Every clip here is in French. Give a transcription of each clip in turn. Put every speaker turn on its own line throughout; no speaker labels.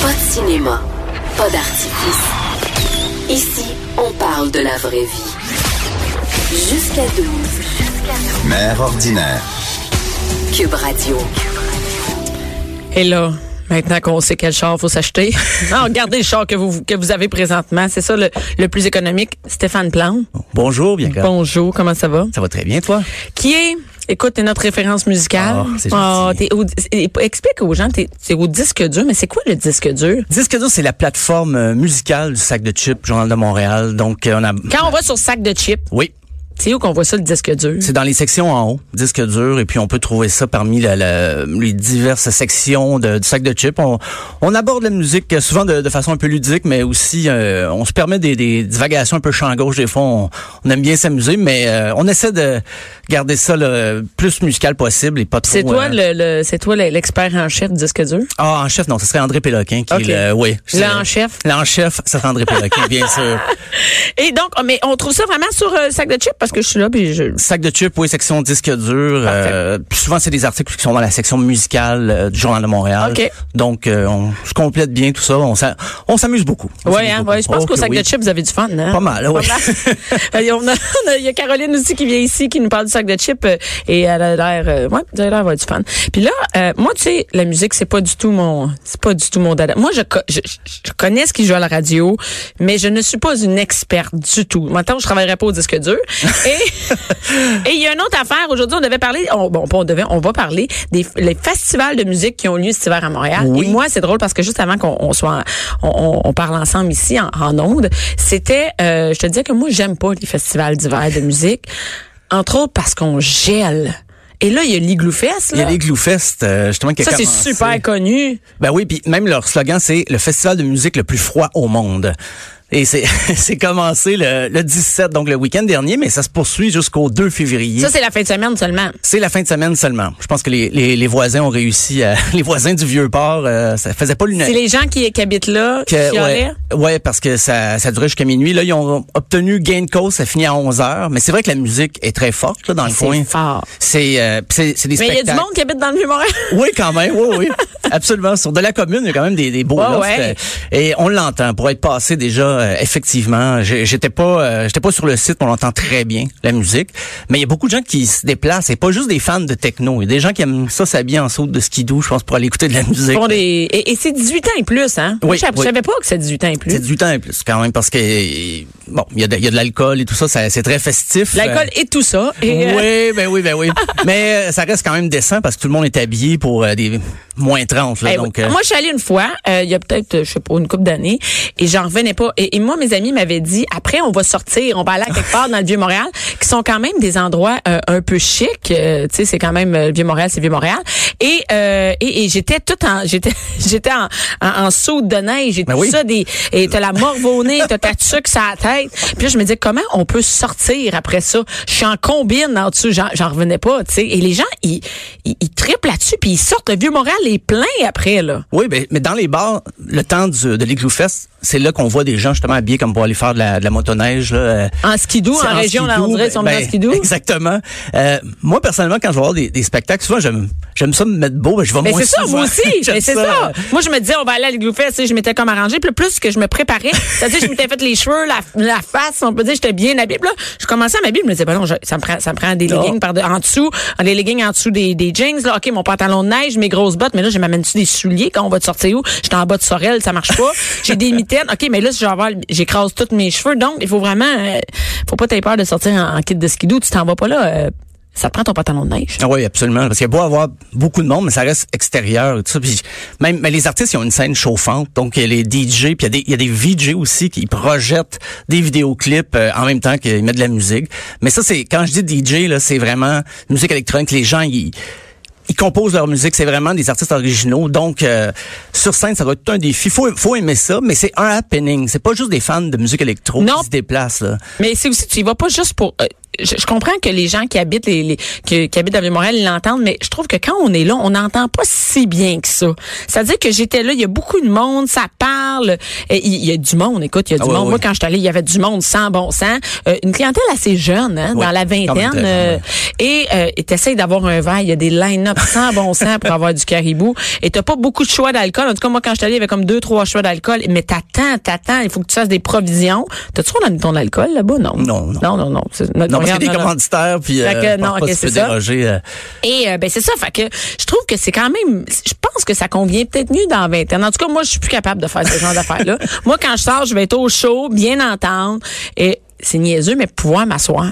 Pas de cinéma, pas d'artifice. Ici, on parle de la vraie vie. Jusqu'à 12.
Mère ordinaire.
Cube Radio.
Et là, maintenant qu'on sait quel char faut s'acheter, ah, regardez le char que vous, que vous avez présentement. C'est ça le, le plus économique. Stéphane Plante.
Bonjour, bien
Bonjour, comment ça va?
Ça va très bien, toi?
Qui est, écoute, t'es notre référence musicale. Ah,
Oh, c'est gentil.
t'es au- et- explique aux gens, t'es t'es au disque dur, mais c'est quoi le disque dur?
Disque dur, c'est la plateforme euh, musicale du sac de chips, Journal de Montréal. Donc, euh, on a...
Quand on va sur sac de chips,
Oui.
c'est où qu'on voit ça le disque dur?
C'est dans les sections en haut, disque dur, et puis on peut trouver ça parmi la- la- les diverses sections de- du sac de chips. On, on aborde la musique euh, souvent de, de façon un peu ludique, mais aussi euh, on se permet des, des divagations un peu champ gauche des fois. On, on aime bien s'amuser, mais euh, on essaie de garder ça le plus musical possible et pas trop.
C'est toi
euh,
le, le- c'est toi le- l'expert en chef du disque dur?
Ah, en chef, non, ce serait André Péloquin qui
Ok.
est le. Oui.
Le en chef.
Le en chef, ça serait André Péloquin, bien sûr.
Et donc, oh, mais on trouve ça vraiment sur euh, sac de chips parce que je suis là puis je.
Sac de chips, oui, section disque dur. euh, puis souvent, c'est des articles qui sont dans la section musicale euh, du Journal de Montréal.
Ok.
Donc, euh, on se complète bien tout ça. On s'a- on s'amuse beaucoup. On
Oui,
s'amuse
hein,
beaucoup.
ouais, je pense
Oh,
qu'au
que
sac
oui.
de chips, vous avez du fun, hein?
Pas mal, oui.
Pas mal. Et on a- on a- Il y a Caroline aussi qui vient ici, qui nous parle du sac de chips euh, et elle a l'air, euh, ouais, vous avez l'air d'avoir du fun. Puis là, euh, moi, tu sais, la musique, c'est pas du tout mon, c'est pas du tout mon dada. Moi, je, co- je, je connais ce qui joue à la radio, mais je ne suis pas une experte du tout. Maintenant, je travaillerai pas au disque dur. Et et il y a une autre affaire. Aujourd'hui, on devait parler, on, bon, pas on devait, on va parler des les festivals de musique qui ont lieu cet hiver à Montréal.
Oui.
Et moi, c'est drôle parce que juste avant qu'on on soit, en- on, on- on parle ensemble ici en, en ondes, c'était, euh, je te disais que moi, j'aime pas les festivals d'hiver de musique, entre autres parce qu'on gèle. Et là, il y a l'Igloofest,
Il y a
là.
les Gloufest, justement, qui a
Ça, c'est
commencé.
super connu.
Ben oui, puis même leur slogan, c'est le festival de musique le plus froid au monde. Et c'est c'est commencé le, le 17, donc le week-end dernier, mais ça se poursuit jusqu'au 2 février.
Ça, c'est la fin de semaine seulement.
C'est la fin de semaine seulement. Je pense que les, les, les voisins ont réussi à, les voisins du vieux port, euh, ça faisait pas l'une.
C'est les gens qui, qui habitent là, qui
que-
chialaient.
ouais, ouais, parce que ça, ça durait jusqu'à minuit. Là, ils ont obtenu gain de cause, ça finit à 11 heures. Mais c'est vrai que la musique est très forte là, dans le
C'est
coin.
fort.
C'est euh, pis c'est c'est des
Mais il y a
spectacles.
du monde qui habite dans le Vieux-Montréal.
Oui, quand même, oui, oui. Absolument. Sur de la commune, il y a quand même des, des beaux
Ouais,
lofts,
ouais.
euh, Et on l'entend. Pour être passé déjà, euh, effectivement, j'ai- j'étais pas euh, j'étais pas sur le site, mais on entend très bien la musique. Mais il y a beaucoup de gens qui se déplacent. Et pas juste des fans de techno. Il y a des gens qui aiment ça s'habiller en saute de skidoo, je pense, pour aller écouter de la musique.
Font des- Et, et c'est 18 ans et plus, hein? Moi,
Oui,
je savais- je
oui.
savais pas que c'est 18 ans et plus.
C'est 18 ans et plus quand même parce que euh, bon, il y, a de- il y a de l'alcool et tout ça, ça- c'est très festif. euh.
L'alcool et tout ça. Et, euh,
oui, ben oui, ben oui. Mais euh, ça reste quand même décent parce que tout le monde est habillé pour euh, des moins 30. Là,
eh oui.
donc, euh,
Moi, je suis allée une fois, euh, il y a peut-être, euh, je sais pas, une couple d'années, et j'en revenais pas. Et, et moi, mes amis m'avaient dit, après, on va sortir, on va aller à quelque part dans le Vieux-Montréal, qui sont quand même des endroits euh, un peu chics. euh, tu sais, c'est quand même euh, Vieux-Montréal, c'est Vieux-Montréal. Et, euh, et, et j'étais tout en, j'étais, j'étais en, en, en soude de neige, j'ai
Ben
tout
oui.
ça, des, et t'as la morve au nez, t'as ta tuque sur la tête. Puis là, je me disais, comment on peut sortir après ça? Je suis en combine en dessous, j'en j'en revenais pas, tu sais. Et les gens, ils, ils, ils trippent là-dessus, puis ils sortent. Le Vieux-Montréal est plein après, là.
Oui, ben, mais dans les bars, le temps du, de l'Igloo Fest, c'est là qu'on voit des gens justement habillés comme pour aller faire de la, de la motoneige. Là, euh,
En skidoo,
C'est
en, région, là, on
skidoo,
dirait, ils sont
ben,
venus en skidoo.
Exactement. Euh, moi, personnellement, quand je vais voir des, des spectacles, souvent, j'aime, j'aime ça me mettre beau, ben, je vais
Mais
moins
c'est ça, moi aussi.
souvent. J'aime
Mais c'est ça. Moi, je me disais, on va aller à l'église tu sais, je m'étais comme arrangée. Puis là, plus que je me préparais, c'est-à-dire, je m'étais fait les cheveux, la, la face, on peut dire, j'étais bien habillée. Puis là, je commençais à m'habiller. Je me disais, ben non, je- ça me prend, ça me prend des
Non.
leggings par de- en dessous, des leggings en dessous des, des jeans, là. OK, mon pantalon de neige, mes grosses bottes. Mais là, je m'amène-tu des souliers quand on va te sortir où? J'étais en bas de sorel, ça marche pas. J'ai des mitaines. OK, mais là, si je vais avoir- j'écrase tous mes cheveux. Donc, il faut vraiment, euh, faut pas t'aies peur de sortir en, en kit de skidoo. Tu t'en vas pas là. euh, ça te prend ton pantalon de neige.
Ah Oui, absolument. Parce qu'il y a beau avoir beaucoup de monde, mais ça reste extérieur. et Tout ça. Puis même mais les artistes, ils ont une scène chauffante. Donc, il y a les DJ, puis il y a des, il y a des VJ aussi qui projettent des vidéoclips euh, en même temps qu'ils mettent de la musique. Mais ça, c'est quand je dis DJ, là, c'est vraiment musique électronique. Les gens, ils... ils composent leur musique, c'est vraiment des artistes originaux. Donc euh, sur scène, ça va être tout un défi. Faut faut aimer ça, mais c'est un happening. C'est pas juste des fans de musique électro
Non.
qui se déplacent là.
Mais c'est aussi, tu y vas pas juste pour. euh, je, je comprends que les gens qui habitent les, les- qui, qui habitent à Ville-Montréal l'entendent, mais je trouve que quand on est là, on n'entend pas si bien que ça. C'est-à-dire que j'étais là, il y a beaucoup de monde, ça parle. Et Il il y, a du monde, écoute, il y a du
Ah ouais,
monde.
ouais.
Moi, quand je suis allée, il y avait du monde sans bon sens. Euh, une clientèle assez jeune, hein,
Ouais,
dans la
quand même très
vingtaine.
jeune,
euh,
ouais.
et euh, et t'essayes d'avoir un verre. Il y a des line-up sans bon sens pour avoir du caribou. Et t'as pas beaucoup de choix d'alcool. En tout cas, moi, quand je suis allée, il y avait comme deux, trois choix d'alcool. Mais t'attends, t'attends. Il faut que tu fasses des provisions. T'as-tu on a ton alcool là-bas? Non.
Non, non.
Non, non, non. C'est-
Non, parce
regarde,
qu'il y
non,
a des
non.
commanditaires puis
Fait
euh,
que,
je pense
non,
pas
ok,
que tu peux
c'est ça.
déroger. euh,
Et euh, ben c'est ça. Fait que je trouve que c'est quand même. Je pense que ça convient peut-être mieux dans 20 ans. En tout cas, moi, je suis plus capable de faire ce genre d'affaires-là. Moi, quand je sors, je vais être au chaud, bien entendre. Et c'est niaiseux, mais pouvoir m'asseoir.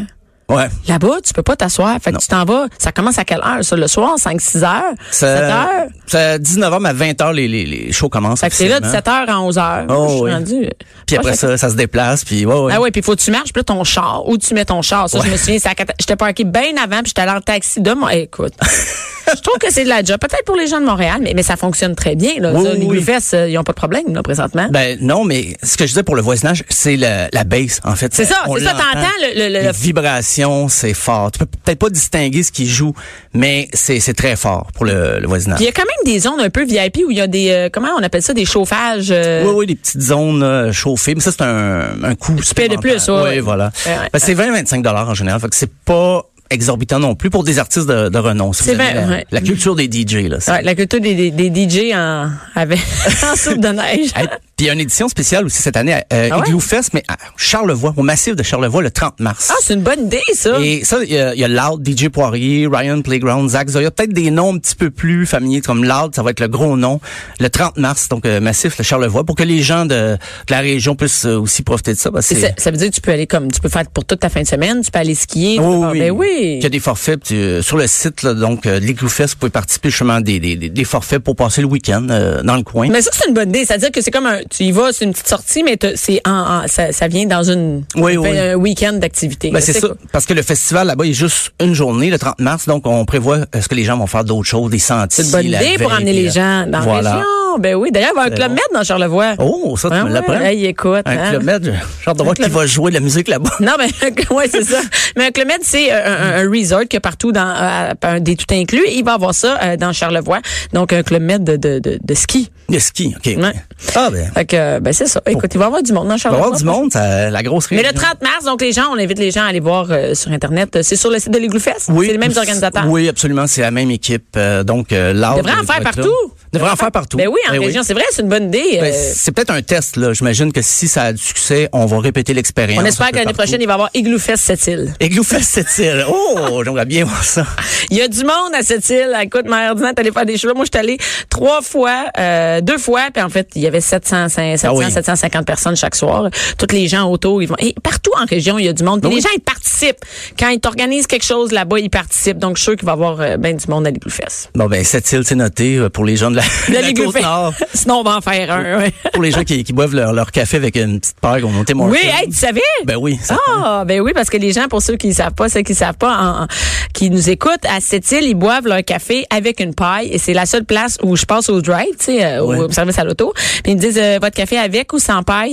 ouais.
Là-bas, tu peux pas t'asseoir. Fait que
Non.
tu t'en vas. Ça commence à quelle heure? Ça, le soir, 5, 6 heures? 7
Ça,
heures?
ça 19h à 20h les, les, les shows commencent
Fait que c'est là de
officiellement.
7 heures à 11 heures.
Oh,
Moi, je suis
oui.
rendue- euh,
Puis
Moi,
après
je-
ça, ça se déplace puis ouais, ouais.
Ah ouais, puis faut que tu marches, puis là, ton char, où tu mets ton char. Ça, je me souviens, c'est à cata- j'étais parké bien avant, puis j'étais allé en taxi de mon... Écoute, je trouve que c'est de la job. Peut-être pour les gens de Montréal, mais, mais ça fonctionne très bien. Là.
Oui,
Ça,
oui,
les
oui.
fesses, ils ont pas de problème, là, présentement.
Ben non, mais ce que je disais pour le voisinage, c'est la, la base en fait.
C'est ça,
On
c'est ça,
l'entend.
t'entends le- le- le-
Les vibrations, c'est fort. Tu peux peut-être pas distinguer ce qui joue, mais c'est c'est très fort pour le, le voisinage.
Puis il y a quand même des zones un peu VIP où il y a des... euh, comment on appelle ça? Des chauffages... euh,
Oui, oui, des petites zones là, chauffées. Mais ça, c'est un, un coût
Tu payes de plus,
supplémentaire.
ouais.
Oui, voilà.
Ouais, ouais.
Ben, c'est 20-25 en général. Fait que c'est pas exorbitant non plus pour des artistes de, de renom. si
C'est
vous aimez
vingt,
la,
ouais.
la culture des DJ, là. c'est-
ouais, la culture des, des, des DJ en, avec, en soupe de neige.
Hey, Puis il y a une édition spéciale aussi cette année, euh,
Ah ouais?
Igloo Fest, mais à Charlevoix, au massif de Charlevoix, le 30 mars.
Ah, c'est une bonne idée, ça.
Et ça, il y, a- il y a Loud, DJ Poirier, Ryan Playground, Zach Zoya, peut-être des noms un petit peu plus familiers comme Loud, ça va être le gros nom, le 30 mars, donc euh, massif, le Charlevoix, pour que les gens de, de la région puissent euh, aussi profiter de ça. parce que
Ça, ça veut dire que tu peux aller comme tu peux faire pour toute ta fin de semaine, tu peux aller skier. tu
Oh,
peux- Ben oui.
Il y a des forfaits puis, euh, sur le site, là, donc euh, de l'Igloo Fest, vous pouvez participer justement des, des, des- des forfaits pour passer le week-end euh, dans le coin.
Mais ça, c'est une bonne idée. C'est-à-dire que c'est comme un, tu y vas, c'est une petite sortie, mais t'as- c'est en, en- ça, ça vient dans une,
Oui,
ça fait
oui.
un week-end d'activité.
Ben,
là,
c'est
tu sais,
ça,
quoi.
parce que le festival là-bas est juste une journée, le 30 mars, donc on prévoit euh, ce que les gens vont faire d'autres choses, des sentiers.
C'est une bonne
la
idée pour
veille,
emmener
puis,
les
euh,
gens dans
voilà.
la région. Ben oui. D'ailleurs, il va y avoir un club
bon.
Med dans Charlevoix.
Oh, ça, tu
Ouais,
me l'apprends?
ouais, hey, écoute,
Un
hein.
club med, j'ai hâte de voir qui va jouer de la musique là-bas.
Non, mais ouais, c'est ça. Mais un Club Med, c'est euh, un, un, un resort que partout dans euh, un des tout inclus. Il va avoir ça euh, dans Charlevoix. Donc un Club Med de, de, de, de ski.
Le ski, OK.
Ouais.
Ah, ben,
Fait que euh, ben c'est ça. Écoute, il va y avoir du monde dans
Oh. il va y
Charlevoix.
avoir du monde, ça, la grosse
Mais
réunion.
le 30 mars, donc les gens, on invite les gens à aller voir euh, sur Internet. C'est sur le site de l'Igloufest? C'est les mêmes organisateurs.
Oui, absolument, c'est la même équipe. euh, donc, euh, l'art.
Devrait en faire
euh, va être là.
partout.
Devrait en faire partout.
Ben oui, en
Eh
région, c'est vrai, c'est une bonne idée.
Ben,
Euh,
c'est peut-être un test, là. J'imagine que si ça a du succès, on va répéter l'expérience.
on espère
un
que
peu
l'année
partout.
prochaine, il va y avoir Igloufest cette île.
Igloo Fest cette île. Oh, j'aimerais bien voir ça.
Il y a du monde à cette île. Écoute, ma ordinaire, t'allais faire des choses. Moi, je suis allée trois fois, euh, deux fois, puis en fait, il y avait 700, 700,
Ah oui.
750 personnes chaque soir. Toutes les gens autour, ils vont. Et partout en région, il y a du monde. Puis
Ben
les
oui.
gens, ils participent. Quand ils t'organisent quelque chose là-bas, ils participent. Donc, je suis sûre qu'il va y avoir euh, ben du monde à l'Igloufest.
Bon, ben, cette île, c'est noté euh, pour les gens de la, de la Côte-Nord.
Sinon, on va en faire un. ouais.
Pour les gens qui, qui boivent leur, leur café avec une petite paille qu'on montait mon
Oui, hey, tu savais?
Ben oui, ça-
Ah, ben oui, parce que les gens, pour ceux qui ne savent pas, ceux qui ne savent pas, en- en- qui nous écoutent, à cette île, ils boivent leur café avec une paille. Et c'est la seule place où je passe au drive, tu sais, euh, au
Ouais.
service à l'auto. Puis ils me disent, euh, votre café avec ou sans paille?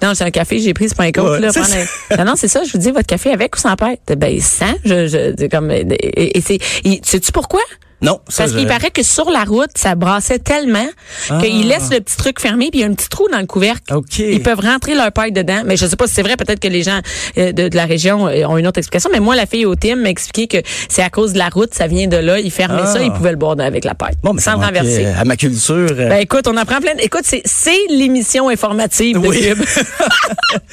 Non, c'est un café, j'ai pris, c'est pas un coke,
Ouais,
là.
c'est
prendre un- Non, non, c'est ça, je vous dis, votre café avec ou sans paille? Ben, sans, je, je, c'est comme, et, et- et c'est, et- sais-tu pourquoi?
Non, ça,
Parce
je-
qu'il paraît que sur la route, ça brassait tellement qu'ils laissent le petit truc fermé, puis il y a un petit trou dans le couvercle.
OK.
Ils peuvent rentrer leur paille dedans. Mais je sais pas si c'est vrai, peut-être que les gens euh, de, de la région euh, ont une autre explication. Mais moi, la fille au team m'a expliqué que c'est à cause de la route, ça vient de là, ils fermaient
Ah.
ça, ils pouvaient le boire avec la paille.
Bon, mais ça
sans le
manquait,
renverser.
euh, À ma culture. euh,
Ben écoute, on apprend plein. de- Écoute, c'est c'est l'émission informative de
Oui.
Cube.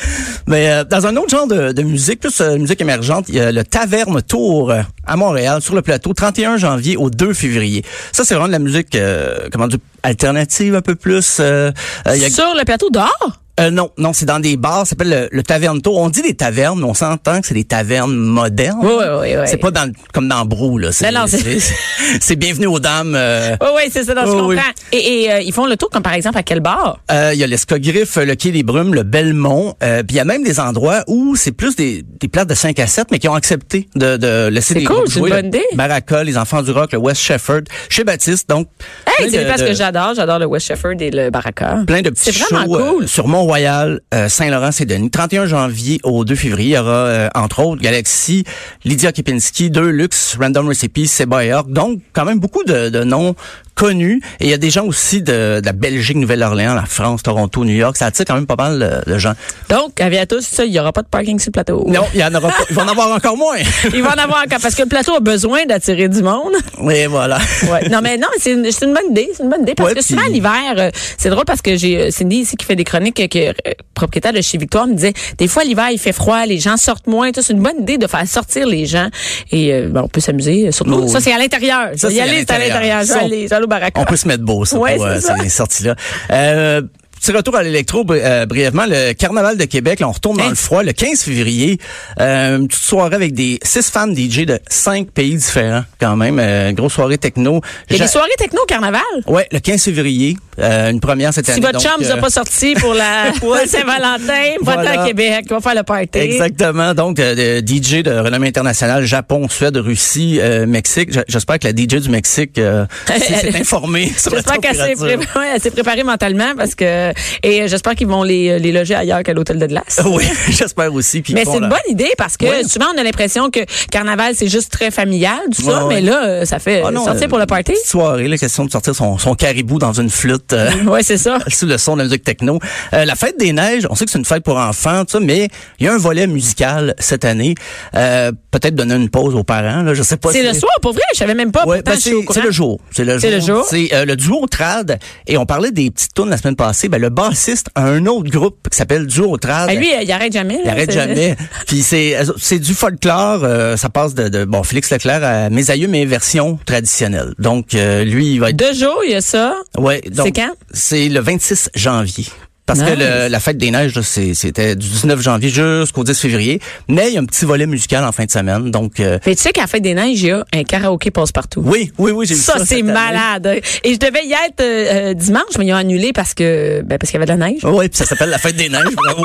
Mais euh, dans un autre genre de, de musique, plus euh, musique émergente, il y a le Taverne Tour euh, à Montréal sur le plateau 31 janvier au 2 février. Ça c'est vraiment de la musique euh, comment dire alternative un peu plus euh, euh, il y a-
Sur le plateau dehors.
Euh, non, non, c'est dans des bars, ça s'appelle le, le Tavernto. On dit des tavernes, mais on s'entend que c'est des tavernes modernes.
Oui, oui, oui. oui.
C'est pas dans, comme dans Brou, là. C'est,
Non, non, c'est-
c'est, c'est bienvenue aux dames. euh,
Oui, oui, c'est ça, donc je
Oui,
comprends.
oui.
Et, et, euh, ils font le tour, comme par exemple, à quel bar?
Euh, Il y a l'escogriffe, le Quai des Brumes, le Belmont, euh, puis il y a même des endroits où c'est plus des, des places de 5 à 7, mais qui ont accepté de, de laisser
C'est
des
cool,
groupes
c'est une
jouer.
bonne idée.
Baraka, les Enfants du Rock, le West Shefford, chez Baptiste, donc...
Hey,
plein
c'est
de-
parce
de-
que j'adore, j'adore le West Shefford et le Baraka.
Plein de
C'est
petits
vraiment
shows euh,
cool.
sur Mont-Royal, euh, Saint-Laurent-Saint-Denis. 31 janvier au 2 février, il y aura, euh, entre autres, Galaxy, Lydia Kepinski, Deux Luxe, Random Recipe, Seba et Orc. Donc, quand même beaucoup de, de noms connus. Et il y a des gens aussi de, de la Belgique, Nouvelle-Orléans, la France, Toronto, New York. Ça attire quand même pas mal euh, de gens.
Donc, à tous, ça, il n'y aura pas de parking sur le plateau.
Non, il y en aura pas. Il va en avoir encore moins.
Il va en avoir encore, parce que le plateau a besoin d'attirer du monde.
Oui, voilà.
Ouais. Non, mais non, c'est une, c'est une bonne idée. C'est une bonne idée. Parce
Ouais,
que
puis-
souvent, l'hiver, euh, c'est drôle parce que j'ai euh, Cindy ici qui fait des chroniques, euh, qui est euh, propriétaire de chez Victoire, me disait, des fois, l'hiver, il fait froid, les gens sortent moins. Tout, C'est une bonne idée de faire sortir les gens. Et euh, ben, on peut s'amuser. euh, Surtout,
Oh.
ça, c'est à l'intérieur. Je
Ça,
vais y
c'est à
aller, c'est à l'intérieur.
l'intérieur.
Je vais
Ça, on-
aller, je vais aller au barracon.
On peut se mettre beau, ça,
Ouais,
pour
c'est
euh,
ça.
ces sorties-là. Euh, Petit retour à l'électro, bri- euh, brièvement, le Carnaval de Québec, là, on retourne dans
Hein?
le froid, le 15 février, euh, une petite soirée avec des six femmes DJ de cinq pays différents, quand même, euh, grosse soirée techno.
Il y a
Ja-
des soirées techno au carnaval.
Ouais, le 15 février, euh, une première cette
Si
année.
votre
donc,
chum ne
euh,
pas sorti pour la pour la Saint-Valentin, va
Voilà.
à Québec, va faire le party.
Exactement. Donc, euh, de DJ de renommée internationale, Japon, Suède, Russie, euh, Mexique. J- J'espère que la DJ du Mexique euh, s'est s'est informée sur la
J'espère qu'elle s'est
température.
préparée, ouais, elle s'est préparée mentalement parce que et euh, j'espère qu'ils vont les, euh, les loger ailleurs qu'à l'hôtel de glace.
Oui, j'espère aussi. puis
Mais
bon,
c'est une
là-
bonne idée parce que
Ouais.
souvent on a l'impression que carnaval c'est juste très familial tout ça,
Ouais, ouais.
mais là euh, ça fait
Ah non,
sortir
euh,
pour le party.
Petite soirée, la question de sortir son, son caribou dans une flûte. euh,
Ouais, c'est ça.
sous le son de la musique techno. Euh, la fête des neiges, on sait que c'est une fête pour enfants, tout ça, mais il y a un volet musical cette année. Euh, Peut-être donner une pause aux parents, là, je sais pas.
C'est
si-
le soir pour vrai, je savais même pas
Ouais,
pourtant
ben,
je
c'est
suis au
c'est
courant.
le jour. C'est le
C'est
jour.
le jour.
C'est euh, le duo Trad. Et on parlait des petites tunes la semaine passée. Ben, le bassiste a un autre groupe qui s'appelle Duo Trad.
Ben, lui euh, il arrête jamais. là,
Il arrête
c'est-
jamais. Puis c'est c'est du folklore, euh, ça passe de, de bon Félix Leclerc à mes aïeux mais version traditionnelle. Donc euh, lui il va être
Deux jours, il y a ça.
ouais donc
C'est quand?
C'est le 26 janvier. Parce que
Nice.
le- la fête des neiges, là, c'est- c'était du 19 janvier jusqu'au 10 février. Mais il y a un petit volet musical en fin de semaine. Donc, euh,
Fait que tu sais qu'à la fête des neiges, il y a un karaoké passe-partout.
oui, oui, oui, j'ai vu ça.
Ça, c'est
cette année.
malade. Et je devais y être euh, euh, dimanche, mais ils ont annulé parce que ben, parce qu'il y avait de la neige.
Oui, puis ça s'appelle la fête des neiges, bravo.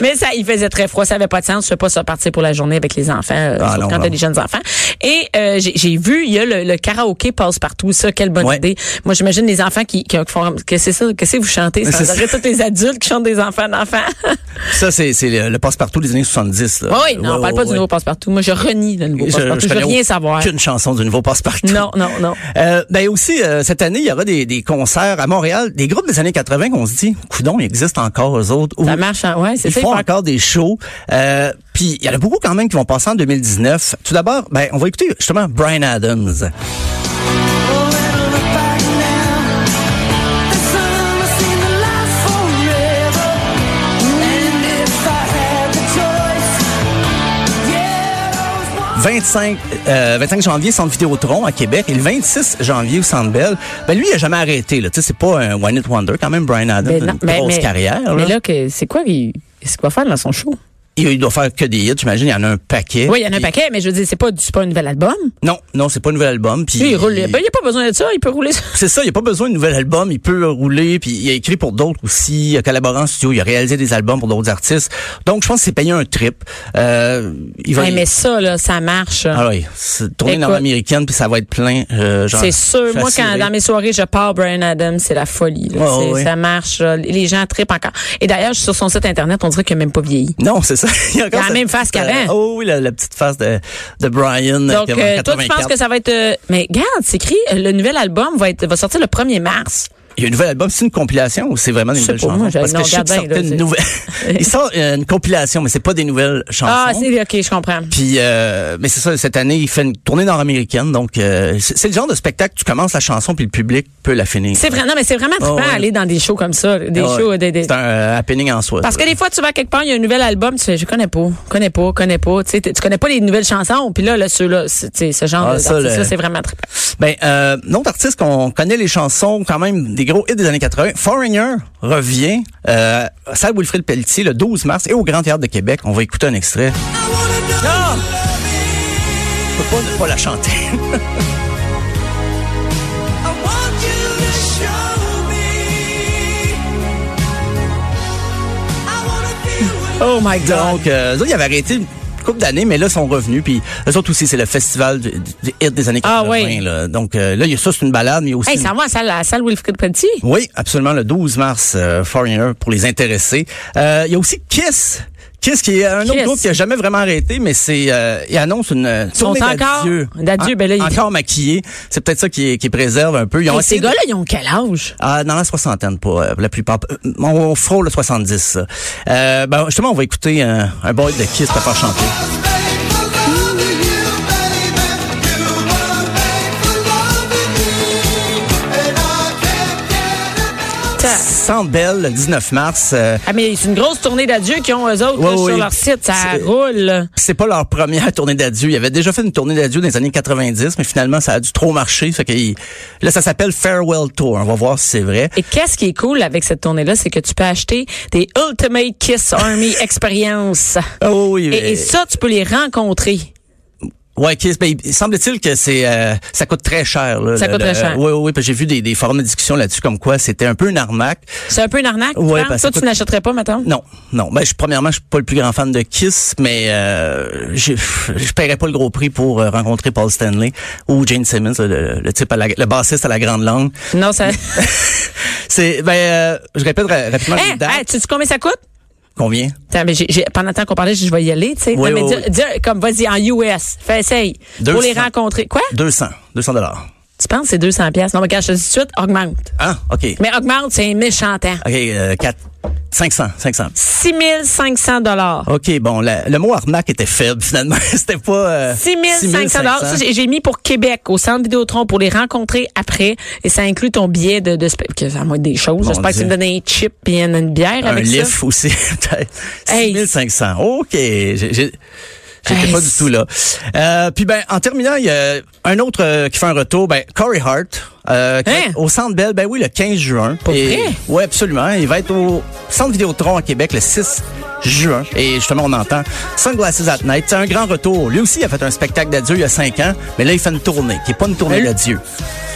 Mais ça, il faisait très froid, ça avait pas de sens. Je sais pas se partir pour la journée avec les enfants, euh,
Ah,
surtout
non,
quand t'as
non.
des jeunes enfants. Et euh, j'ai- j'ai vu, il y a le, le karaoké passe partout. Ça, quelle bonne
Ouais.
idée. Moi, j'imagine les enfants qui, qui font que c'est ça, que c'est que vous chantez. Ça,
C'est
ça.
ça.
tous les adultes qui chantent des enfants d'enfants.
ça, c'est c'est le, le passe-partout des années 70. Là.
oui, non, on parle pas du nouveau passe partout. Moi, je renie le nouveau
Je-
passe partout. Je, veux
connais
rien savoir.
Aucune chanson du nouveau passe-partout.
Non, non, non.
Euh, ben aussi, euh, cette année, il y aura des, des concerts à Montréal, des groupes des années 80 qu'on se dit, coudon, il existe encore eux autres. ou
Ça marche, hein? ouais, c'est
Ils
ça.
font
ils font-
encore des shows. Euh, Puis il y en a beaucoup quand même qui vont passer en 2019. Tout d'abord, ben on va écouter justement Brian Adams.
Yeah.
25, euh, 25 janvier, Centre Vidéotron à Québec. Et le 26 janvier au Centre Bell. Ben lui, il a jamais arrêté. là. Tu sais, c'est pas un one-hit wonder quand même, Brian Adams.
Ben non,
une grosse carrière.
mais
là.
là, que- c'est quoi qu'il ce qu'il va faire dans son show?
Il il doit faire que des hits, j'imagine. Il y en a un paquet.
Oui, il y en a un
Puis-
paquet, mais je veux dire, c'est pas, du- c'est pas un nouvel album.
Non, non, c'est pas un nouvel album. Puis
Lui, il roule. Ben, il n'y a pas besoin de ça, il peut rouler ça.
C'est ça, il n'y a pas besoin de nouvel album, il peut rouler, puis il a écrit pour d'autres aussi, il a collaboré en studio, il a réalisé des albums pour d'autres artistes. Donc, je pense que c'est payé un trip. Euh, il va
Hey, mais ça, là, ça marche. hein.
Ah oui, c'est tournée
Écoute.
nord-américaine, puis ça va être plein. euh, genre,
c'est sûr. Moi,
facile.
quand dans mes soirées, je pars Brian Adams, c'est la folie. là.
Ouais,
C'est-
ouais.
Ça marche. là. Les gens trippent encore. Et d'ailleurs, sur son site internet, on dirait qu'il n'a même pas vieilli.
Non, c'est ça. Il y a encore
la
cette
même face
petite,
qu'avant.
euh, Oh oui, la, la petite face de, de Brian. euh,
Donc,
qui avait
euh,
en
toi, tu penses
84.
que ça va être... euh, mais regarde, c'est écrit, euh, le nouvel album va, être, va sortir le 1er mars.
Il y a un nouvel album, c'est une compilation ou c'est vraiment des
Je sais
nouvelles
pas,
chansons?
moi, j'ai-
Parce que
non,
je sais qu'il
regarde bien,
sortait
là,
une nouvelle... Il sort euh, une compilation, mais c'est pas des nouvelles chansons.
Ah, c'est OK, je comprends.
Puis, euh, mais c'est ça, cette année, il fait une tournée nord-américaine. Donc, euh, c'est c'est le genre de spectacle, tu commences la chanson, puis le public peut la finir.
C'est vrai, non, mais c'est vraiment
Ah,
trippant
ouais.
aller dans des shows comme ça. Des
Ah ouais.
shows... des- des-
C'est un euh, happening en soi.
Parce
ça.
que des fois, tu vas quelque part, il y a un nouvel album, tu fais, je connais pas, connais pas, connais pas. Tu sais, tu connais pas les nouvelles chansons. Puis là, là, ceux-là, c'est- tu sais, ce genre
Ah,
de
ça,
d'artistes-là,
le-
c'est vraiment trippant.
Ben, euh, notre artiste qu'on connaît les chansons, quand même des gros hits des années 80. Foreigner revient euh, à salle Wilfrid Pelletier le 12 mars et au Grand Théâtre de Québec. On va écouter un extrait. Ah! Je peux pas ne pas la chanter.
Oh my God.
Donc, euh, eux autres, ils avaient arrêté une couple d'années, mais là, ils sont revenus. Puis, eux autres aussi, c'est le festival du, du hit des années
Ah
80.
oui.
là. Donc, euh, là, il y a ça, c'est une balade, mais il y a aussi...
Hey,
une-
ça va à la salle Wilfrid Petit?
Oui, absolument, le 12 mars, euh, Foreigner, pour les intéressés. Euh, Il y a aussi Kiss. Kiss, qui est un
Kiss.
autre groupe qui a jamais vraiment arrêté, mais c'est euh, il annonce une euh,
sont
tournée
encore-
d'adieu.
d'adieu,
En-
ben là, ils-
encore maquillés. C'est peut-être ça qui, qui préserve un peu. Ils
Et
essayé
ces
de-
gars-là, ils ont quel âge?
Ah, dans la soixantaine, pour euh, la plupart. Euh, On, on frôle le 70. ça. Euh, ben, justement, on va écouter euh, un boy de Kiss pour faire chanter. Sandbell, le 19 mars. euh,
Ah, mais c'est une grosse tournée d'adieu qu'ils ont, eux autres,
Ouais,
là,
oui.
sur leur site. Ça
C'est-
roule.
c'est pas leur première tournée d'adieu. Ils avaient déjà fait une tournée d'adieu dans les années 90, mais finalement, ça a dû trop marcher. Fait que ils- là, ça s'appelle Farewell Tour. On va voir si c'est vrai.
Et qu'est-ce qui est cool avec cette tournée-là, c'est que tu peux acheter des Ultimate Kiss Army Experience.
Ah oui, oui.
Et, et ça, tu peux les rencontrer.
Ouais, Kiss, ben, il semble-t-il que c'est euh, ça coûte très cher. Là,
Ça coûte très cher.
Oui, oui, oui. parce que J'ai vu des, des forums de discussion là-dessus comme quoi c'était un peu une arnaque.
C'est un peu une arnaque.
Ouais,
Fran?
parce
Toi,
que-
tu n'achèterais pas, maintenant.
Non, non. Ben, je, premièrement, je suis pas le plus grand fan de Kiss, mais euh, j'ai- je paierais pas le gros prix pour euh, rencontrer Paul Stanley ou Jane Simmons, le, le- le type à la- le bassiste à la grande langue.
Non, ça.
C'est ben, euh, je répète ra- rapidement les
Hein?
dates.
Hein, tu sais combien ça coûte?
Combien
Attends, mais j'ai- j'ai- pendant le temps qu'on parlait, j'ai dit, je vais y aller, tu sais.
Oui,
Non, mais
oui,
dis-
oui.
dis- comme, vas-y, en US. Fais, essaye. Pour
200.
les rencontrer. Quoi?
200, 200 dollars.
Tu penses que c'est 200 pièces Non, mais quand je te dis tout de suite, augmente.
Ah, ok,
Mais augmente, c'est un méchant hein. temps.
ok, euh, 4, 500, 500.
6500 dollars.
Ok, bon, la- le mot arnaque était faible finalement. C'était pas. Euh,
6500
6500.
Ça, j'ai- j'ai mis pour Québec, au centre Vidéotron, pour les rencontrer après. Et ça inclut ton billet de, de spe- que ça va être des choses.
Mon
J'espère que tu me
Dieu.
donnes un chip et une, une bière
un
avec ça.
lift aussi. peut-être.
Hey.
6500. OK. J'ai- j'ai- J'étais
Hey,
pas du
c'est-
tout là. Euh, puis ben en terminant, il y a un autre euh, qui fait un retour, ben Corey Hart euh, qui va
Hein?
être au Centre Bell, ben oui le 15 juin.
Pour
Et-
vrai?
Ouais, absolument. Il va être au Centre Vidéotron à Québec le 6 juin. Et justement, on entend Sunglasses at Night. C'est un grand retour. Lui aussi, il a fait un spectacle d'adieu il y a 5 ans, mais là, il fait une tournée, qui est pas une tournée
Mais-
d'adieu.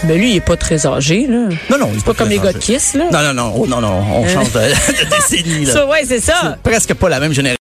Mais Ben, lui, il est pas très âgé, là.
Non, non, il est
C'est pas comme
très
les gars
âgé.
de Kiss, là. Euh.
Non, non, non, oh, non, non, on change de, de décennie. Là.
Ça, ouais, c'est ça.
Presque pas la même génération.